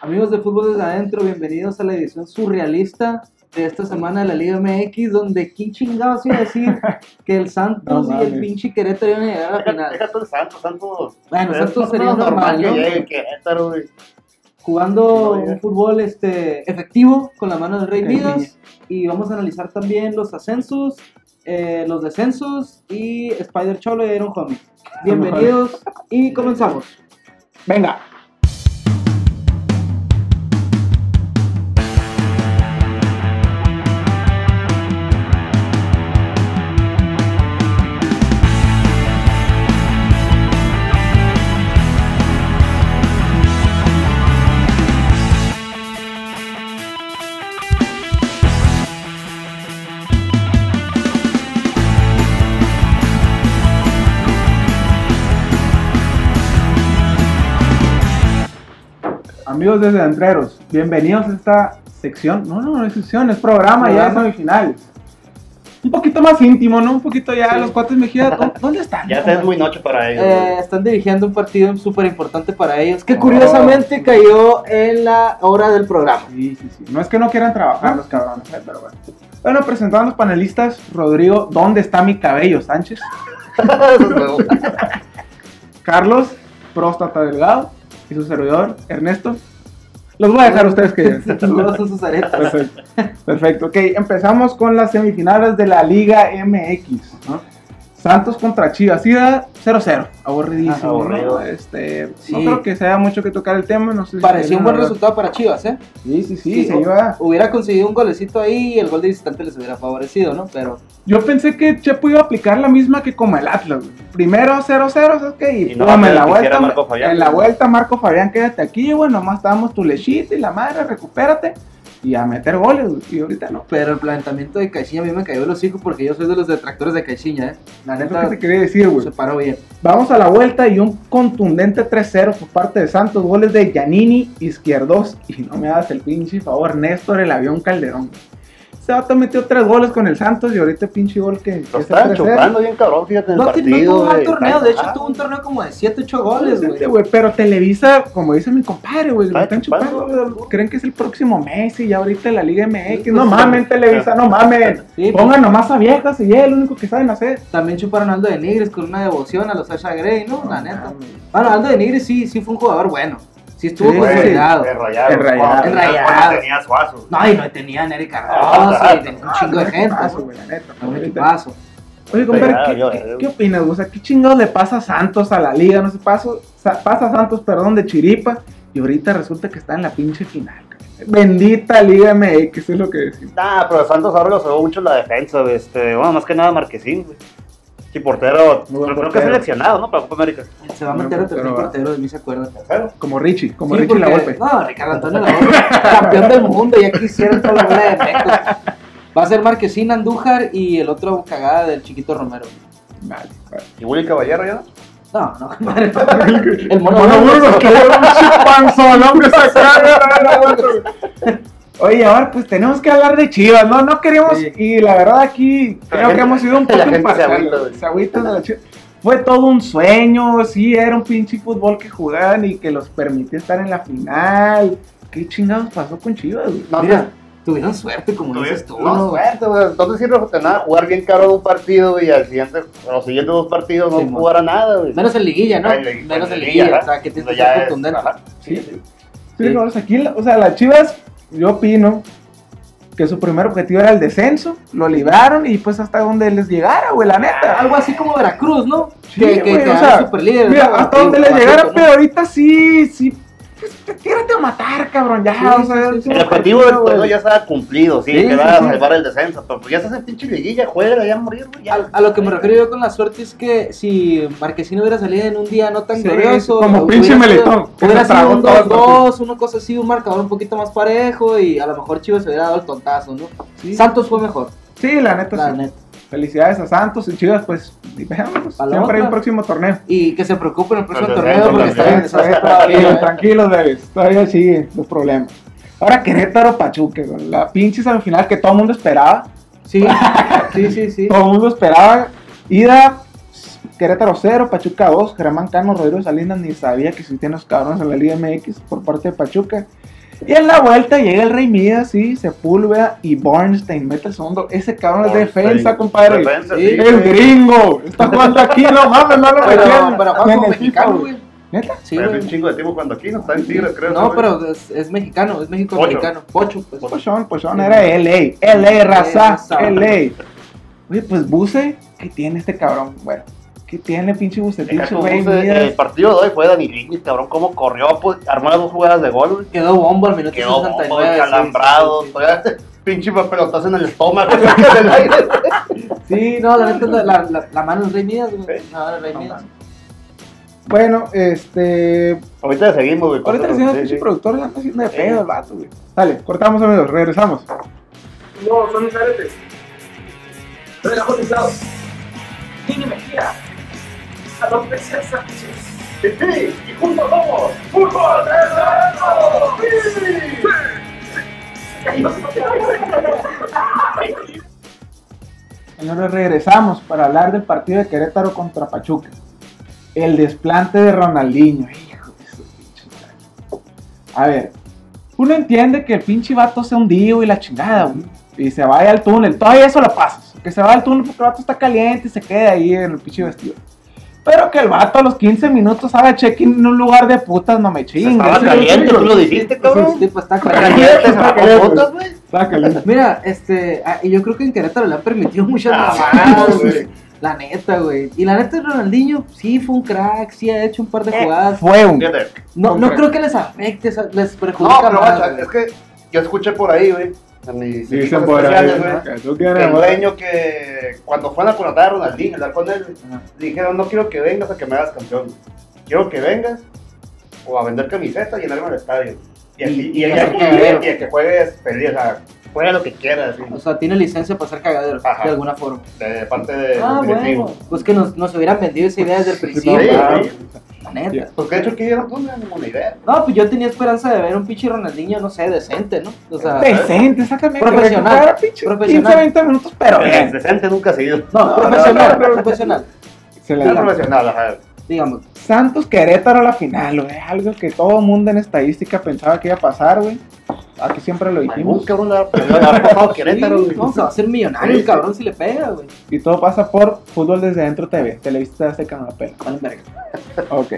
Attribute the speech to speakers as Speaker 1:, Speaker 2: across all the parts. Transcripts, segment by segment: Speaker 1: Amigos de Fútbol desde adentro, bienvenidos a la edición surrealista de esta semana de la Liga MX, donde quién chingados iba a decir que el Santos
Speaker 2: No
Speaker 1: y el
Speaker 2: mames.
Speaker 1: pinche Querétaro iban a llegar a la
Speaker 3: Deja,
Speaker 1: final.
Speaker 3: deja tú el Santos, Santos.
Speaker 1: Bueno,
Speaker 3: es
Speaker 1: Santos
Speaker 3: más o
Speaker 1: sería
Speaker 3: menos
Speaker 1: normal,
Speaker 3: que
Speaker 1: ¿no?
Speaker 3: llegue Querétaro, güey.
Speaker 1: Jugando
Speaker 3: No, ya.
Speaker 1: un fútbol este, efectivo con la mano del Rey
Speaker 2: Rey
Speaker 1: Midas
Speaker 2: Midas.
Speaker 1: y vamos a analizar también los ascensos, eh, los descensos y Spider Cholo y Aaron Homie. Bienvenidos y comenzamos.
Speaker 2: Venga. Amigos desde Entreros, bienvenidos a esta sección. No, no, no es sección, es programa, ya es
Speaker 1: Programa.
Speaker 2: original. Un poquito más íntimo, ¿no? Un poquito ya, los cuates Mejía, ¿dó- ¿dónde están?
Speaker 3: Ya te es muy noche para ellos.
Speaker 1: Eh, están dirigiendo un partido súper importante para ellos, que
Speaker 2: Oh.
Speaker 1: curiosamente cayó en la hora del programa.
Speaker 2: Sí, sí, sí. No es que no quieran trabajar los cabrones, eh, pero bueno. Bueno, presentando a los panelistas, Rodrigo, ¿dónde está mi cabello, Sánchez?
Speaker 3: güey.
Speaker 2: Carlos, próstata delgado, y su servidor, Ernesto. Los voy a dejar a ustedes que...
Speaker 1: Saludos a sus aretas.
Speaker 2: Perfecto. Perfecto. Ok, empezamos con las semifinales de la Liga MX. ¿no? Santos contra Chivas. Ida 0-0.
Speaker 1: Ajá,
Speaker 2: Aburridísimo.
Speaker 3: aburrido.
Speaker 2: ¿no? Este,
Speaker 1: Sí.
Speaker 2: no creo que se haya mucho que tocar el tema. No sé si
Speaker 1: Pareció un buen
Speaker 2: la verdad.
Speaker 1: resultado para Chivas, ¿eh?
Speaker 2: Sí, sí, sí.
Speaker 1: Sí,
Speaker 2: se
Speaker 1: o-
Speaker 2: iba.
Speaker 1: Hubiera conseguido un golecito ahí y el gol de visitante les hubiera favorecido, ¿no? Pero
Speaker 2: Yo pensé que Chepo iba a aplicar la misma que como el Atlas. güey. Primero 0-0, ¿sabes qué? Y,
Speaker 3: Y no,
Speaker 2: pum,
Speaker 3: que
Speaker 2: en la
Speaker 3: quisiera
Speaker 2: vuelta.
Speaker 3: Marco Fabián.
Speaker 2: en la vuelta, Marco Fabián, quédate aquí, güey. Nomás estábamos tu lechita y la madre, recupérate. Y a meter goles, güey, Y ahorita no.
Speaker 1: pero el planteamiento de Caixinha a mí me cayó el hocico porque yo soy de los detractores de Caixinha, ¿eh? La
Speaker 2: Eso es lo
Speaker 1: neta
Speaker 2: que te quería decir, güey.
Speaker 1: se paró bien.
Speaker 2: Vamos a la vuelta y un contundente 3-0 por parte de Santos. Goles de Giannini, Izquierdos y no me hagas el pinche favor, Néstor, el avión Calderón. Se vato metió tres goles con el Santos y ahorita el pinche gol que, que
Speaker 3: Lo
Speaker 2: ese
Speaker 3: estaban
Speaker 2: 3-0.
Speaker 3: chupando bien cabrón, fíjate, en el
Speaker 1: No, te- no tuvo
Speaker 3: partido,
Speaker 1: un mal
Speaker 3: güey.
Speaker 1: torneo, de hecho
Speaker 3: Ah,
Speaker 1: tuvo un torneo como de 7, 8 goles, güey.
Speaker 2: Gente, güey, Pero Televisa, como dice mi compadre, güey, lo
Speaker 3: Está
Speaker 2: están chupando.
Speaker 3: chupando.
Speaker 2: güey. Creen que es el próximo Messi y ahorita la Liga MX.
Speaker 1: Sí,
Speaker 2: No
Speaker 1: sí.
Speaker 2: mamen, Televisa, no mamen.
Speaker 1: Sí, pues.
Speaker 2: Pongan nomás a viejas y es el único que saben hacer.
Speaker 1: También chuparon a Aldo de Nigres con una devoción a los Sasha Grey, ¿no? La neta.
Speaker 2: mames.
Speaker 1: Bueno, Aldo de Nigres sí, sí fue un jugador bueno. Sí estuvo
Speaker 2: Sí,
Speaker 3: güey,
Speaker 1: consolidado.
Speaker 3: el Rayado.
Speaker 2: El Rayado.
Speaker 3: Cuando tenía-
Speaker 1: El
Speaker 3: cuando
Speaker 1: Rayado.
Speaker 3: tenía Suazo.
Speaker 1: No, y no tenían Eric
Speaker 3: Ah,
Speaker 1: Cardoso, y tenía un
Speaker 2: Ah,
Speaker 1: chingo de
Speaker 2: un
Speaker 1: gente.
Speaker 2: equipazo,
Speaker 1: güey.
Speaker 2: güey, la neta.
Speaker 1: Un
Speaker 2: Ahorita-
Speaker 1: equipazo.
Speaker 2: Oye, compadre,
Speaker 3: Pegado,
Speaker 2: ¿qué,
Speaker 3: yo,
Speaker 2: qué-
Speaker 3: eh.
Speaker 2: qué opinas? O sea, ¿qué chingados le pasa a Santos a la liga? No sé, paso, sa- pasa a Santos, perdón, de chiripa y ahorita resulta que está en la pinche final. cabrón. Bendita Liga MX, es lo que decimos.
Speaker 3: Nah, Ah, pero Santos ahora lo salvó mucho la defensa, güey, este, bueno, más que nada Marquesín, güey. Y portero,
Speaker 2: Muy buen
Speaker 3: creo que
Speaker 2: portero.
Speaker 3: es seleccionado, ¿no? Para Copa América.
Speaker 1: Se va a meter el
Speaker 2: No, pero
Speaker 1: tercer
Speaker 2: va.
Speaker 1: portero de mí, se acuerdan.
Speaker 2: Como Richie, como
Speaker 1: Sí,
Speaker 2: Richie la
Speaker 1: porque-
Speaker 2: golpe.
Speaker 1: No, Ricardo Antonio la campeón del mundo, ya quisieron toda la bola de mecos. Va a ser Marquesín, Andújar y el otro cagada del chiquito Romero.
Speaker 2: Vale, vale.
Speaker 3: ¿Y Willy Caballero ya?
Speaker 1: No, no, compadre. El mono
Speaker 2: Mono
Speaker 1: Burgos.
Speaker 2: Burgos, que era un panzón, hombre, sacado. Oye, ahora pues tenemos que hablar de Chivas, ¿no? No queremos,
Speaker 1: Sí.
Speaker 2: y la verdad aquí
Speaker 3: La
Speaker 2: creo que
Speaker 3: gente-
Speaker 2: hemos sido un
Speaker 3: la
Speaker 2: poco
Speaker 3: gente se
Speaker 2: imparciales.
Speaker 3: agüita, güey.
Speaker 2: Se agüitan de la Chivas. Fue todo un sueño, sí, era un pinche fútbol que jugaban y que los permitía estar en la final. ¿Qué chingados pasó con Chivas, güey?
Speaker 3: No,
Speaker 1: Mira, tuvieron suerte, como dices tú.
Speaker 3: No,
Speaker 1: ¿no?
Speaker 3: suerte, güey. Entonces sirve de nada jugar bien caro un partido güey, y al siguiente, a los siguientes dos partidos no
Speaker 1: Sí, mo.
Speaker 3: jugar a nada, güey.
Speaker 1: Menos en liguilla, ¿no?
Speaker 3: Ay, en-
Speaker 1: Menos
Speaker 3: en
Speaker 1: en
Speaker 3: liguilla,
Speaker 1: liguilla,
Speaker 3: ajá.
Speaker 1: o sea, que tienes que ser
Speaker 3: Ya es-
Speaker 1: contundente.
Speaker 3: ajá.
Speaker 2: Sí, sí.
Speaker 1: Sí.
Speaker 2: no, o sea, aquí, la- o sea, las Chivas, yo opino que su primer objetivo era el descenso, lo libraron y pues hasta donde les llegara, güey, la neta.
Speaker 1: Algo así como Veracruz, ¿no?
Speaker 2: Sí,
Speaker 1: que que
Speaker 2: güey, o
Speaker 1: quedaron
Speaker 2: sea,
Speaker 1: super líderes.
Speaker 2: Mira,
Speaker 1: ¿no?
Speaker 2: hasta
Speaker 1: Sí,
Speaker 2: donde les
Speaker 1: Pachuca,
Speaker 2: llegaron,
Speaker 1: ¿no?
Speaker 2: pero ahorita sí, sí. Pues, te- tírate a matar, cabrón, ya.
Speaker 1: Sí,
Speaker 2: o
Speaker 1: sí,
Speaker 2: sea,
Speaker 1: sí,
Speaker 2: es
Speaker 1: sí.
Speaker 2: un
Speaker 3: El objetivo pues, del juego
Speaker 2: güey.
Speaker 3: ya estaba cumplido, sí,
Speaker 2: Sí,
Speaker 3: que
Speaker 2: sí,
Speaker 3: era
Speaker 2: sí.
Speaker 3: salvar el descenso, pero pues ya se hace pinche liguilla, juega ya a morir, güey, ya.
Speaker 1: A, a lo que me refiero yo con la suerte es que si Marquesino hubiera salido en un día no tan
Speaker 2: Sí,
Speaker 1: glorioso,
Speaker 2: como
Speaker 1: hubiera
Speaker 2: pinche
Speaker 1: sido-
Speaker 2: Melitón, que
Speaker 1: hubiera
Speaker 2: se
Speaker 1: sido
Speaker 2: tragó
Speaker 1: un
Speaker 2: todo el
Speaker 1: 2-2, una cosa así, un marcador un poquito más parejo y a lo mejor Chivas se hubiera dado el tontazo, ¿no?
Speaker 2: Sí.
Speaker 1: Santos fue mejor,
Speaker 2: Sí, la neta,
Speaker 1: la
Speaker 2: sí.
Speaker 1: neta.
Speaker 2: Felicidades a Santos y Chivas, pues, y veamos,
Speaker 1: A la
Speaker 2: siempre hay
Speaker 1: otra.
Speaker 2: un próximo torneo.
Speaker 1: Y que se preocupen el próximo
Speaker 3: Pero
Speaker 1: torneo
Speaker 3: dentro
Speaker 1: porque
Speaker 3: también.
Speaker 1: está en
Speaker 2: Eso, eh,
Speaker 1: desastre todavía,
Speaker 2: tranquilos,
Speaker 1: ¿eh?
Speaker 2: tranquilos, bebés. Todavía siguen los problemas. Ahora Querétaro Pachuca, güey, la pinche semifinal que todo el mundo esperaba.
Speaker 1: Sí, sí, sí, sí.
Speaker 2: Todo el mundo esperaba. Ida, Querétaro 0, Pachuca 2. Germán Cano, Rodrigo Salinas ni sabía que existían los cabrones en la Liga MX por parte de Pachuca. Y en la vuelta llega el Rey Midas, sí, Sepúlveda y Bornstein. Mete el segundo. Ese cabrón es
Speaker 3: Bornstein.
Speaker 2: defensa, compadre.
Speaker 3: Defensa,
Speaker 1: Sí,
Speaker 3: sí.
Speaker 2: El gringo. Está jugando aquí, no mames, no lo
Speaker 1: Pero,
Speaker 2: metieron.
Speaker 1: pero
Speaker 2: En
Speaker 1: Paco,
Speaker 2: el FIFA,
Speaker 1: mexicano,
Speaker 2: güey.
Speaker 1: güey.
Speaker 2: ¿Neta?
Speaker 1: Sí,
Speaker 3: Pero hace un
Speaker 1: güey.
Speaker 3: chingo de tiempo cuando aquí no está en Tigres, creo.
Speaker 1: No,
Speaker 3: güey?
Speaker 1: pero es, es mexicano, es México-americano. Pocho, pues.
Speaker 2: Pochón, Pochón era LA, LA, raza,
Speaker 1: raza.
Speaker 2: LA. Oye, pues Buse, ¿qué tiene este cabrón? Bueno, ¿qué tiene pinche Buse?
Speaker 3: Deja
Speaker 2: Pinche
Speaker 3: tú,
Speaker 2: güey,
Speaker 3: Buse,
Speaker 2: mira.
Speaker 3: eh, El partido de hoy fue Dani Lini, cabrón, cómo corrió, pues, armó las dos jugadas de gol, güey.
Speaker 1: Quedó bombo al minuto
Speaker 3: Quedó
Speaker 1: 69.
Speaker 3: bombo,
Speaker 1: sí,
Speaker 3: calambrado,
Speaker 1: sí, sí.
Speaker 3: todavía pinche pelotas en el estómago. en el aire.
Speaker 1: Sí, no, la neta, la, la, la mano es Rey Midas, güey.
Speaker 3: Ah, Sí.
Speaker 1: No, era Rey
Speaker 2: No,
Speaker 1: Midas.
Speaker 2: mames. Bueno, este.
Speaker 3: Ahorita seguimos, güey.
Speaker 2: Ahorita
Speaker 3: Sí,
Speaker 2: decimos pinche
Speaker 3: sí.
Speaker 2: productor, ya está haciendo de
Speaker 3: Sí.
Speaker 2: pedo el vato, güey. Dale, cortamos amigos, regresamos.
Speaker 4: No, son mis aretes. Relajos aislados. Tiene Mejía. Adolfo Sánchez. Titi. Y juntos somos Fútbol de ¡Sí!
Speaker 2: Señores, regresamos para hablar del partido de Querétaro contra Pachuca. El desplante de Ronaldinho. Hijo de su pinche madre. A ver, uno entiende que el pinche vato sea hundido y la chingada, güey. Y se vaya al túnel. Todavía eso lo pasas. Que se vaya al túnel porque el vato está caliente y se quede ahí en el pinche vestido. Pero que el vato a los 15 minutos haga check-in en un lugar de putas, no me chingues.
Speaker 3: Estaba
Speaker 2: Sí,
Speaker 3: caliente,
Speaker 2: sí,
Speaker 3: tú lo dijiste,
Speaker 1: Ese
Speaker 3: cabrón.
Speaker 1: tipo pues, está caliente.
Speaker 3: Caliente, sacó
Speaker 2: Caliente.
Speaker 3: putas, güey.
Speaker 2: Estaba caliente.
Speaker 1: Mira, este, ah, y yo creo que en Querétaro le han permitido muchas
Speaker 3: Ah,
Speaker 1: mamadas,
Speaker 3: güey.
Speaker 1: güey. La neta, güey. Y la neta, Ronaldinho sí fue un crack, sí ha hecho un par de
Speaker 3: Eh,
Speaker 1: jugadas.
Speaker 2: Fue un.
Speaker 3: Fíjate,
Speaker 1: No,
Speaker 2: un
Speaker 1: no
Speaker 2: crack.
Speaker 1: creo que les afecte, o sea, les
Speaker 3: No,
Speaker 1: perjudica
Speaker 3: pero
Speaker 1: más,
Speaker 3: guacha,
Speaker 1: güey.
Speaker 3: es que yo escuché por ahí, güey. En mis
Speaker 2: Dicen
Speaker 3: equipos
Speaker 2: por ahí.
Speaker 3: especiales, güey.
Speaker 2: ¿no? Que tú
Speaker 3: que
Speaker 2: quieres,
Speaker 3: el
Speaker 2: güey.
Speaker 3: dueño que cuando fue a la conatada de Ronaldinho, hablar con él,
Speaker 1: Ajá.
Speaker 3: le dijeron, no quiero que vengas a que me hagas campeón, quiero que vengas o a vender camisetas y llenarme el estadio. Y, así-
Speaker 1: Y-
Speaker 3: y- y-
Speaker 1: y hacer
Speaker 3: y-
Speaker 1: cagadero.
Speaker 3: y- y que juegues feliz, o sea, juega lo que quieras, sí,
Speaker 1: O sea, tiene licencia para ser cagadero,
Speaker 3: Ajá.
Speaker 1: de alguna forma.
Speaker 3: de parte de
Speaker 1: Ah,
Speaker 3: los
Speaker 1: bueno.
Speaker 3: directivos.
Speaker 1: Pues que nos, nos hubieran vendido esa idea desde el
Speaker 2: Sí, no,
Speaker 1: principio,
Speaker 3: Sí,
Speaker 2: claro.
Speaker 3: sí.
Speaker 1: la neta.
Speaker 2: Ya.
Speaker 3: Pues que de hecho aquí no tengo ninguna idea.
Speaker 1: No, pues yo tenía esperanza de ver un pinche Ronaldinho, no sé, decente, ¿no? O
Speaker 3: ¿eh?
Speaker 1: sea,
Speaker 2: Decente, sácame.
Speaker 1: Profesional,
Speaker 2: que me ocupara, pinche,
Speaker 1: profesional.
Speaker 2: 15, 20 minutos, pero
Speaker 3: El
Speaker 2: bien.
Speaker 3: decente nunca ha seguido.
Speaker 1: no,
Speaker 2: no,
Speaker 1: profesional,
Speaker 2: no, no, no.
Speaker 1: profesional,
Speaker 2: Se la
Speaker 3: Es
Speaker 2: da.
Speaker 3: profesional, ajá.
Speaker 1: digamos.
Speaker 2: Santos Querétaro a la final, güey. Algo que todo mundo en estadística pensaba que iba a pasar, güey. Aquí siempre lo
Speaker 3: Algún
Speaker 2: dijimos.
Speaker 3: cabrón le ha le ha pasado a Querétaro,
Speaker 1: Sí,
Speaker 3: güey.
Speaker 1: no, se va a hacer millonario el cabrón si le pega, güey.
Speaker 2: Y todo pasa por Fútbol desde Dentro TV. Televisa hace canapé.
Speaker 1: Valen verga.
Speaker 2: Ok.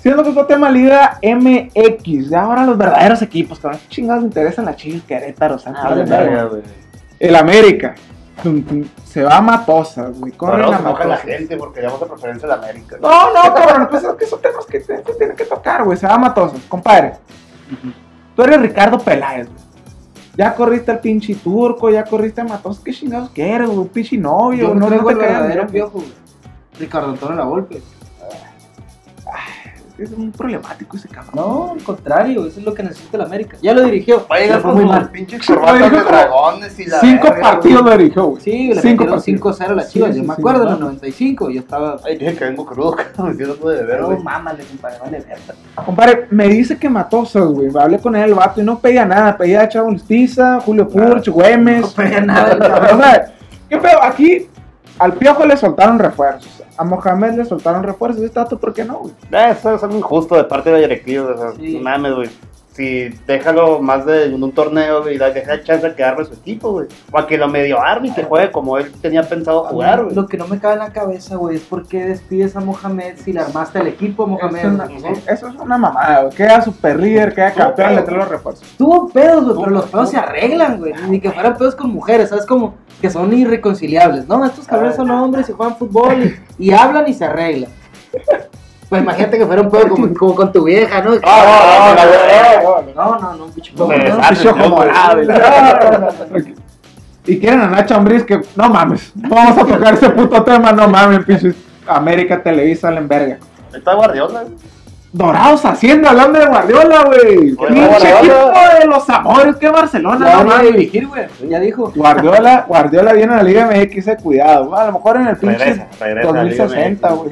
Speaker 2: Siendo que otro tema Liga MX. Ya ahora los verdaderos equipos, cabrón. ¿Qué chingados le interesan las chivas Querétaro, Santos?
Speaker 1: Ah, vale,
Speaker 2: Querétaro?
Speaker 1: verga.
Speaker 2: El América. Tum, tum. Se va a Matosas, güey. Corre
Speaker 3: Pero no
Speaker 2: la
Speaker 3: se enoja la
Speaker 2: Matosas.
Speaker 3: gente porque le damos la preferencia a la América.
Speaker 2: No, no, cabrón, pues es que son temas que te, se tienen que tocar, güey. Se va matoso. Compadre, tú eres Ricardo Peláez, güey. Ya corriste al pinche turco, ya corriste a Matos. ¿Qué chingados quieres, güey? Un pinche novio,
Speaker 1: Yo no
Speaker 2: no, no
Speaker 1: traigo
Speaker 2: te
Speaker 1: el
Speaker 2: creas,
Speaker 1: verdadero
Speaker 2: güey.
Speaker 1: piojo, güey. Ricardo Antonio La Volpe.
Speaker 2: Es un problemático ese cabrón.
Speaker 1: No, al contrario, eso es lo que necesita el América. Ya lo dirigió.
Speaker 3: Va a llegar
Speaker 1: le fue
Speaker 3: con
Speaker 1: muy
Speaker 3: sus
Speaker 1: mal.
Speaker 3: pinches
Speaker 2: Sí, güey,
Speaker 3: corbatas
Speaker 2: dijo
Speaker 3: de
Speaker 2: como
Speaker 3: dragones y la
Speaker 2: Cinco
Speaker 3: verga,
Speaker 2: partidos
Speaker 3: güey.
Speaker 2: lo dirigió, güey.
Speaker 1: Sí, le
Speaker 2: Cinco
Speaker 1: metieron
Speaker 2: partidos.
Speaker 1: 5-0 a las
Speaker 2: Sí,
Speaker 1: chivas.
Speaker 2: sí,
Speaker 1: yo me
Speaker 2: sí,
Speaker 1: acuerdo, en
Speaker 2: ¿verdad?
Speaker 1: el 95 yo estaba.
Speaker 3: Ay, dije que vengo crudo, cabrón, si no pude beber,
Speaker 1: No,
Speaker 3: güey.
Speaker 1: mámale, compadre, vale verga.
Speaker 2: Compadre, me dice que Matosas, güey. Hablé con él el vato y no pedía nada. Pedía a Chavo Listiza, Julio Purch, Güemes.
Speaker 1: No pega nada, el
Speaker 2: O
Speaker 1: cabrón.
Speaker 2: sea, ¿qué pedo? Aquí al Piojo le soltaron refuerzos. A Mohamed le soltaron refuerzos. Este dato, ¿por qué no, güey?
Speaker 3: Eh, Eso es algo injusto de parte de la directiva, o sea,
Speaker 1: Sí.
Speaker 3: no mames, güey. Si déjalo más de un torneo, güey, y le deja chance de quedarme su equipo, güey. O a que lo medio arme y que juegue como él tenía pensado jugar, güey.
Speaker 1: Lo que no me cabe en la cabeza, güey, es por qué despides a Mohamed si le armaste al equipo a
Speaker 2: Eso es, una, eh,
Speaker 1: Mohamed.
Speaker 3: Ujú.
Speaker 2: eso es una mamada, güey. Queda super líder, queda campeón, le trae los refuerzos.
Speaker 1: Tuvo pedos, güey, pero los pedos se arreglan, güey. Ni
Speaker 2: Ah,
Speaker 1: que fueran pedos con mujeres, ¿sabes? Como que son irreconciliables. No, estos
Speaker 2: Ah,
Speaker 1: cabrones son hombres y juegan fútbol y, y hablan y se arreglan. Pues imagínate que fuera un pedo como, como con tu vieja, ¿no?
Speaker 3: Ah, no, no, no,
Speaker 1: No,
Speaker 3: no,
Speaker 1: no, no, bicho.
Speaker 2: No,
Speaker 1: No,
Speaker 3: Se
Speaker 2: no,
Speaker 3: deshace,
Speaker 2: pichó
Speaker 3: ¿no, pues, ah,
Speaker 2: como
Speaker 3: güey?
Speaker 2: la ave. Y quieren a Nacho Ambriz que, no mames, no vamos a tocar ese puto tema, no mames, pinches. América Televisa, la enverga.
Speaker 3: Está Guardiola, güey.
Speaker 2: Dorados haciendo hablando de Guardiola, güey.
Speaker 3: Bueno,
Speaker 2: Pinche
Speaker 3: Guardiola.
Speaker 2: equipo de los amores, que Barcelona,
Speaker 1: no,
Speaker 2: no
Speaker 1: no,
Speaker 2: mames.
Speaker 1: dirigir, güey. Ya dijo.
Speaker 2: Guardiola, Guardiola viene a la Liga MX, eh, cuidado. güey. A lo mejor en el pinche
Speaker 3: Regresa, regresa a la Liga
Speaker 2: 2060, güey.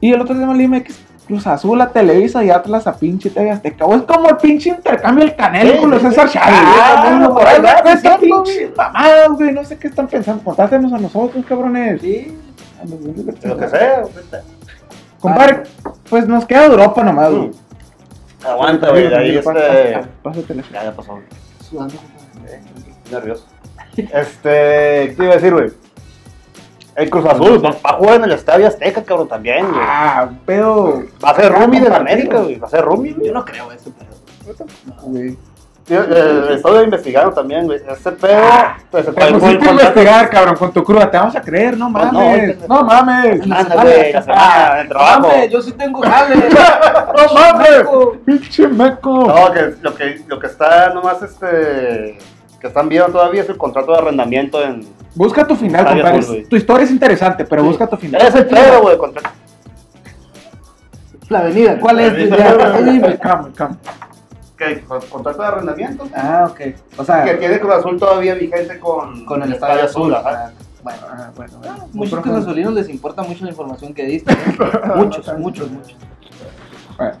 Speaker 2: Y el otro tema Liga MX, Cruz Azul, a Televisa y Atlas a pinche TV Azteca. güey. Es como el pinche intercambio del Canelo
Speaker 3: Sí,
Speaker 2: con los
Speaker 3: sí,
Speaker 2: César
Speaker 3: sí.
Speaker 2: Chávez.
Speaker 3: Ah,
Speaker 2: güey.
Speaker 3: no, por ahí va,
Speaker 2: Esas
Speaker 3: es cierto,
Speaker 2: pinches mamadas, güey. No sé qué están pensando. Contátenos a nosotros, cabrones.
Speaker 1: Sí.
Speaker 2: A los güeyes de
Speaker 3: lo que
Speaker 2: Chivas.
Speaker 3: sea. güey.
Speaker 2: Compadre, pues nos queda Europa nomás, güey.
Speaker 3: Mm. Aguanta, güey, de ahí este.
Speaker 2: Pásatela, pásatela.
Speaker 3: Ya, ya pasó, güey.
Speaker 1: Sudando.
Speaker 3: Nervioso. Este, ¿qué te iba a decir, güey? El Cruz Azul va va a jugar en el Estadio Azteca, cabrón, también, güey.
Speaker 2: Ah, pedo.
Speaker 3: Va a ser Rumi del América, güey. Va a ser Rumi, güey.
Speaker 1: Yo no creo eso, pero.
Speaker 2: Güey.
Speaker 3: Yo, eh, estoy investigando también, güey. Ese pedo.
Speaker 1: Ah,
Speaker 3: Pues, se
Speaker 2: Te
Speaker 3: trae por el
Speaker 2: pusiste a
Speaker 3: contrato.
Speaker 2: investigar, cabrón, con tu cruda. Te vamos a creer, no
Speaker 3: Pues no,
Speaker 2: mames.
Speaker 3: pendejo.
Speaker 2: No mames.
Speaker 3: La semana, güey, la semana, el trabajo.
Speaker 1: Mames, Ah, yo sí tengo jale.
Speaker 2: No mames. Pinche meco.
Speaker 3: No, que lo que, lo que está nomás este. Que están viendo todavía es el contrato de arrendamiento en.
Speaker 2: Busca tu final,
Speaker 3: Está bien,
Speaker 2: compadre.
Speaker 3: güey.
Speaker 2: Tu historia es interesante, pero busca tu final.
Speaker 3: Es el pedo, güey. Contra...
Speaker 1: La avenida, ¿cuál es?
Speaker 3: La
Speaker 1: Ya, dime.
Speaker 2: El cam, el cam.
Speaker 3: que- con- Contrato de arrendamiento.
Speaker 2: Ah, ok. O sea.
Speaker 3: Que tiene Cruz Azul todavía vigente con,
Speaker 1: Con el Estadio Azul.
Speaker 3: ajá.
Speaker 1: ah, Bueno.
Speaker 2: Ah, bueno,
Speaker 1: Ah,
Speaker 2: bueno.
Speaker 1: Muchos
Speaker 2: Profe-
Speaker 1: cazolinos les importa mucho la información que diste. ¿no? muchos, muchos, muchos.
Speaker 2: Bueno.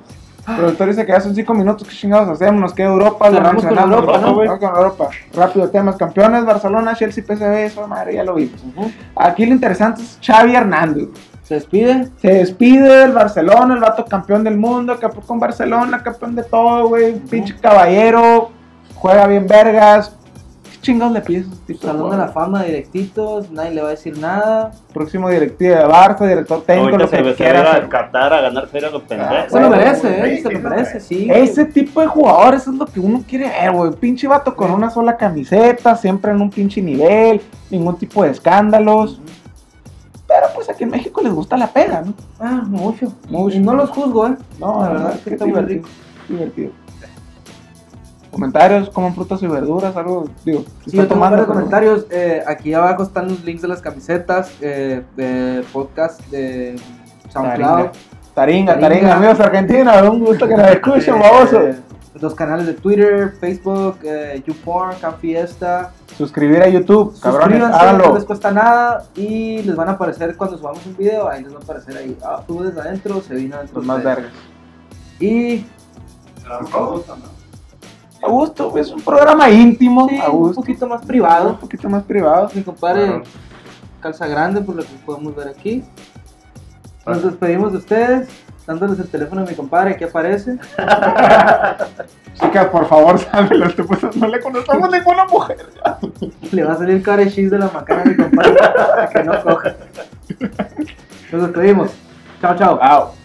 Speaker 2: Productor dice que ya son 5 minutos, ¿qué chingados hacemos? Nos queda Europa, lo
Speaker 1: Cerramos con
Speaker 2: mencionamos.
Speaker 1: Europa,
Speaker 3: ¿no, güey?
Speaker 2: Vamos con Europa. Rápido, temas campeones, Barcelona, Chelsea, PSV, eso, madre, ya lo vimos.
Speaker 1: Ujú.
Speaker 2: Aquí lo interesante es Xavi Hernández.
Speaker 1: Se despide.
Speaker 2: Se despide del Barcelona, el vato campeón del mundo, campeón con Barcelona, campeón de todo, güey. Pinche caballero, juega bien vergas. ¿Qué chingados le pides a este esos tipos?
Speaker 1: Salón de la fama directitos, nadie le va a decir nada.
Speaker 2: Próximo directivo de Barça, director técnico,
Speaker 3: Ahorita
Speaker 2: lo
Speaker 3: se
Speaker 2: que
Speaker 3: ve
Speaker 2: quieras.
Speaker 3: a Qatar a ganar feria los pendejos.
Speaker 1: Se lo
Speaker 2: Bueno,
Speaker 1: merece,
Speaker 3: güey,
Speaker 1: ¿eh? Se
Speaker 3: sí,
Speaker 1: lo merece, sí.
Speaker 2: Ese tipo de jugadores es lo que uno quiere ver, güey. Pinche vato con una sola camiseta, siempre en un pinche nivel, ningún tipo de escándalos. Pero pues aquí en México les gusta la pega, ¿no?
Speaker 1: Ah, mucho.
Speaker 2: Mucho.
Speaker 1: Y no los juzgo, ¿eh?
Speaker 2: No, la verdad es que
Speaker 1: está
Speaker 2: está
Speaker 1: muy
Speaker 2: divertido. Divertido. Comentarios, coman frutas y verduras, algo, digo, se
Speaker 1: Sí, yo
Speaker 2: está
Speaker 1: tengo un par de
Speaker 2: pero-
Speaker 1: comentarios. eh, aquí abajo están los links de las camisetas, eh, de podcast, de SoundCloud.
Speaker 2: Taringa,
Speaker 1: Taringa.
Speaker 2: taringa, amigos argentinos, un gusto que nos escuchen, baboso.
Speaker 1: eh, los canales de Twitter, Facebook, eh, YouPorn, Can Fiesta.
Speaker 2: Suscribir a YouTube, cabrones,
Speaker 1: Suscríbanse, no les
Speaker 2: háganlo.
Speaker 1: cuesta nada y les van a aparecer cuando subamos un video, ahí les va a aparecer ahí, ah, tú desde adentro, se vino adentro.
Speaker 2: Los Pues más
Speaker 1: ustedes.
Speaker 2: vergas.
Speaker 1: Y
Speaker 2: A gusto, es un programa íntimo,
Speaker 1: sí,
Speaker 2: a
Speaker 1: un
Speaker 2: gusto.
Speaker 1: poquito más
Speaker 2: un
Speaker 1: privado,
Speaker 2: poquito más privado.
Speaker 1: mi compadre
Speaker 3: Claro.
Speaker 1: calza grande por lo que podemos ver aquí. Nos despedimos de ustedes, dándoles el teléfono a mi compadre, aquí aparece.
Speaker 2: Chicas, por favor, sábenlo, este pues no le conocemos ninguna mujer.
Speaker 1: Le va a salir cara de chis de la macana a mi compadre, para que no coja. Nos despedimos. Chao, chao.
Speaker 2: Wow.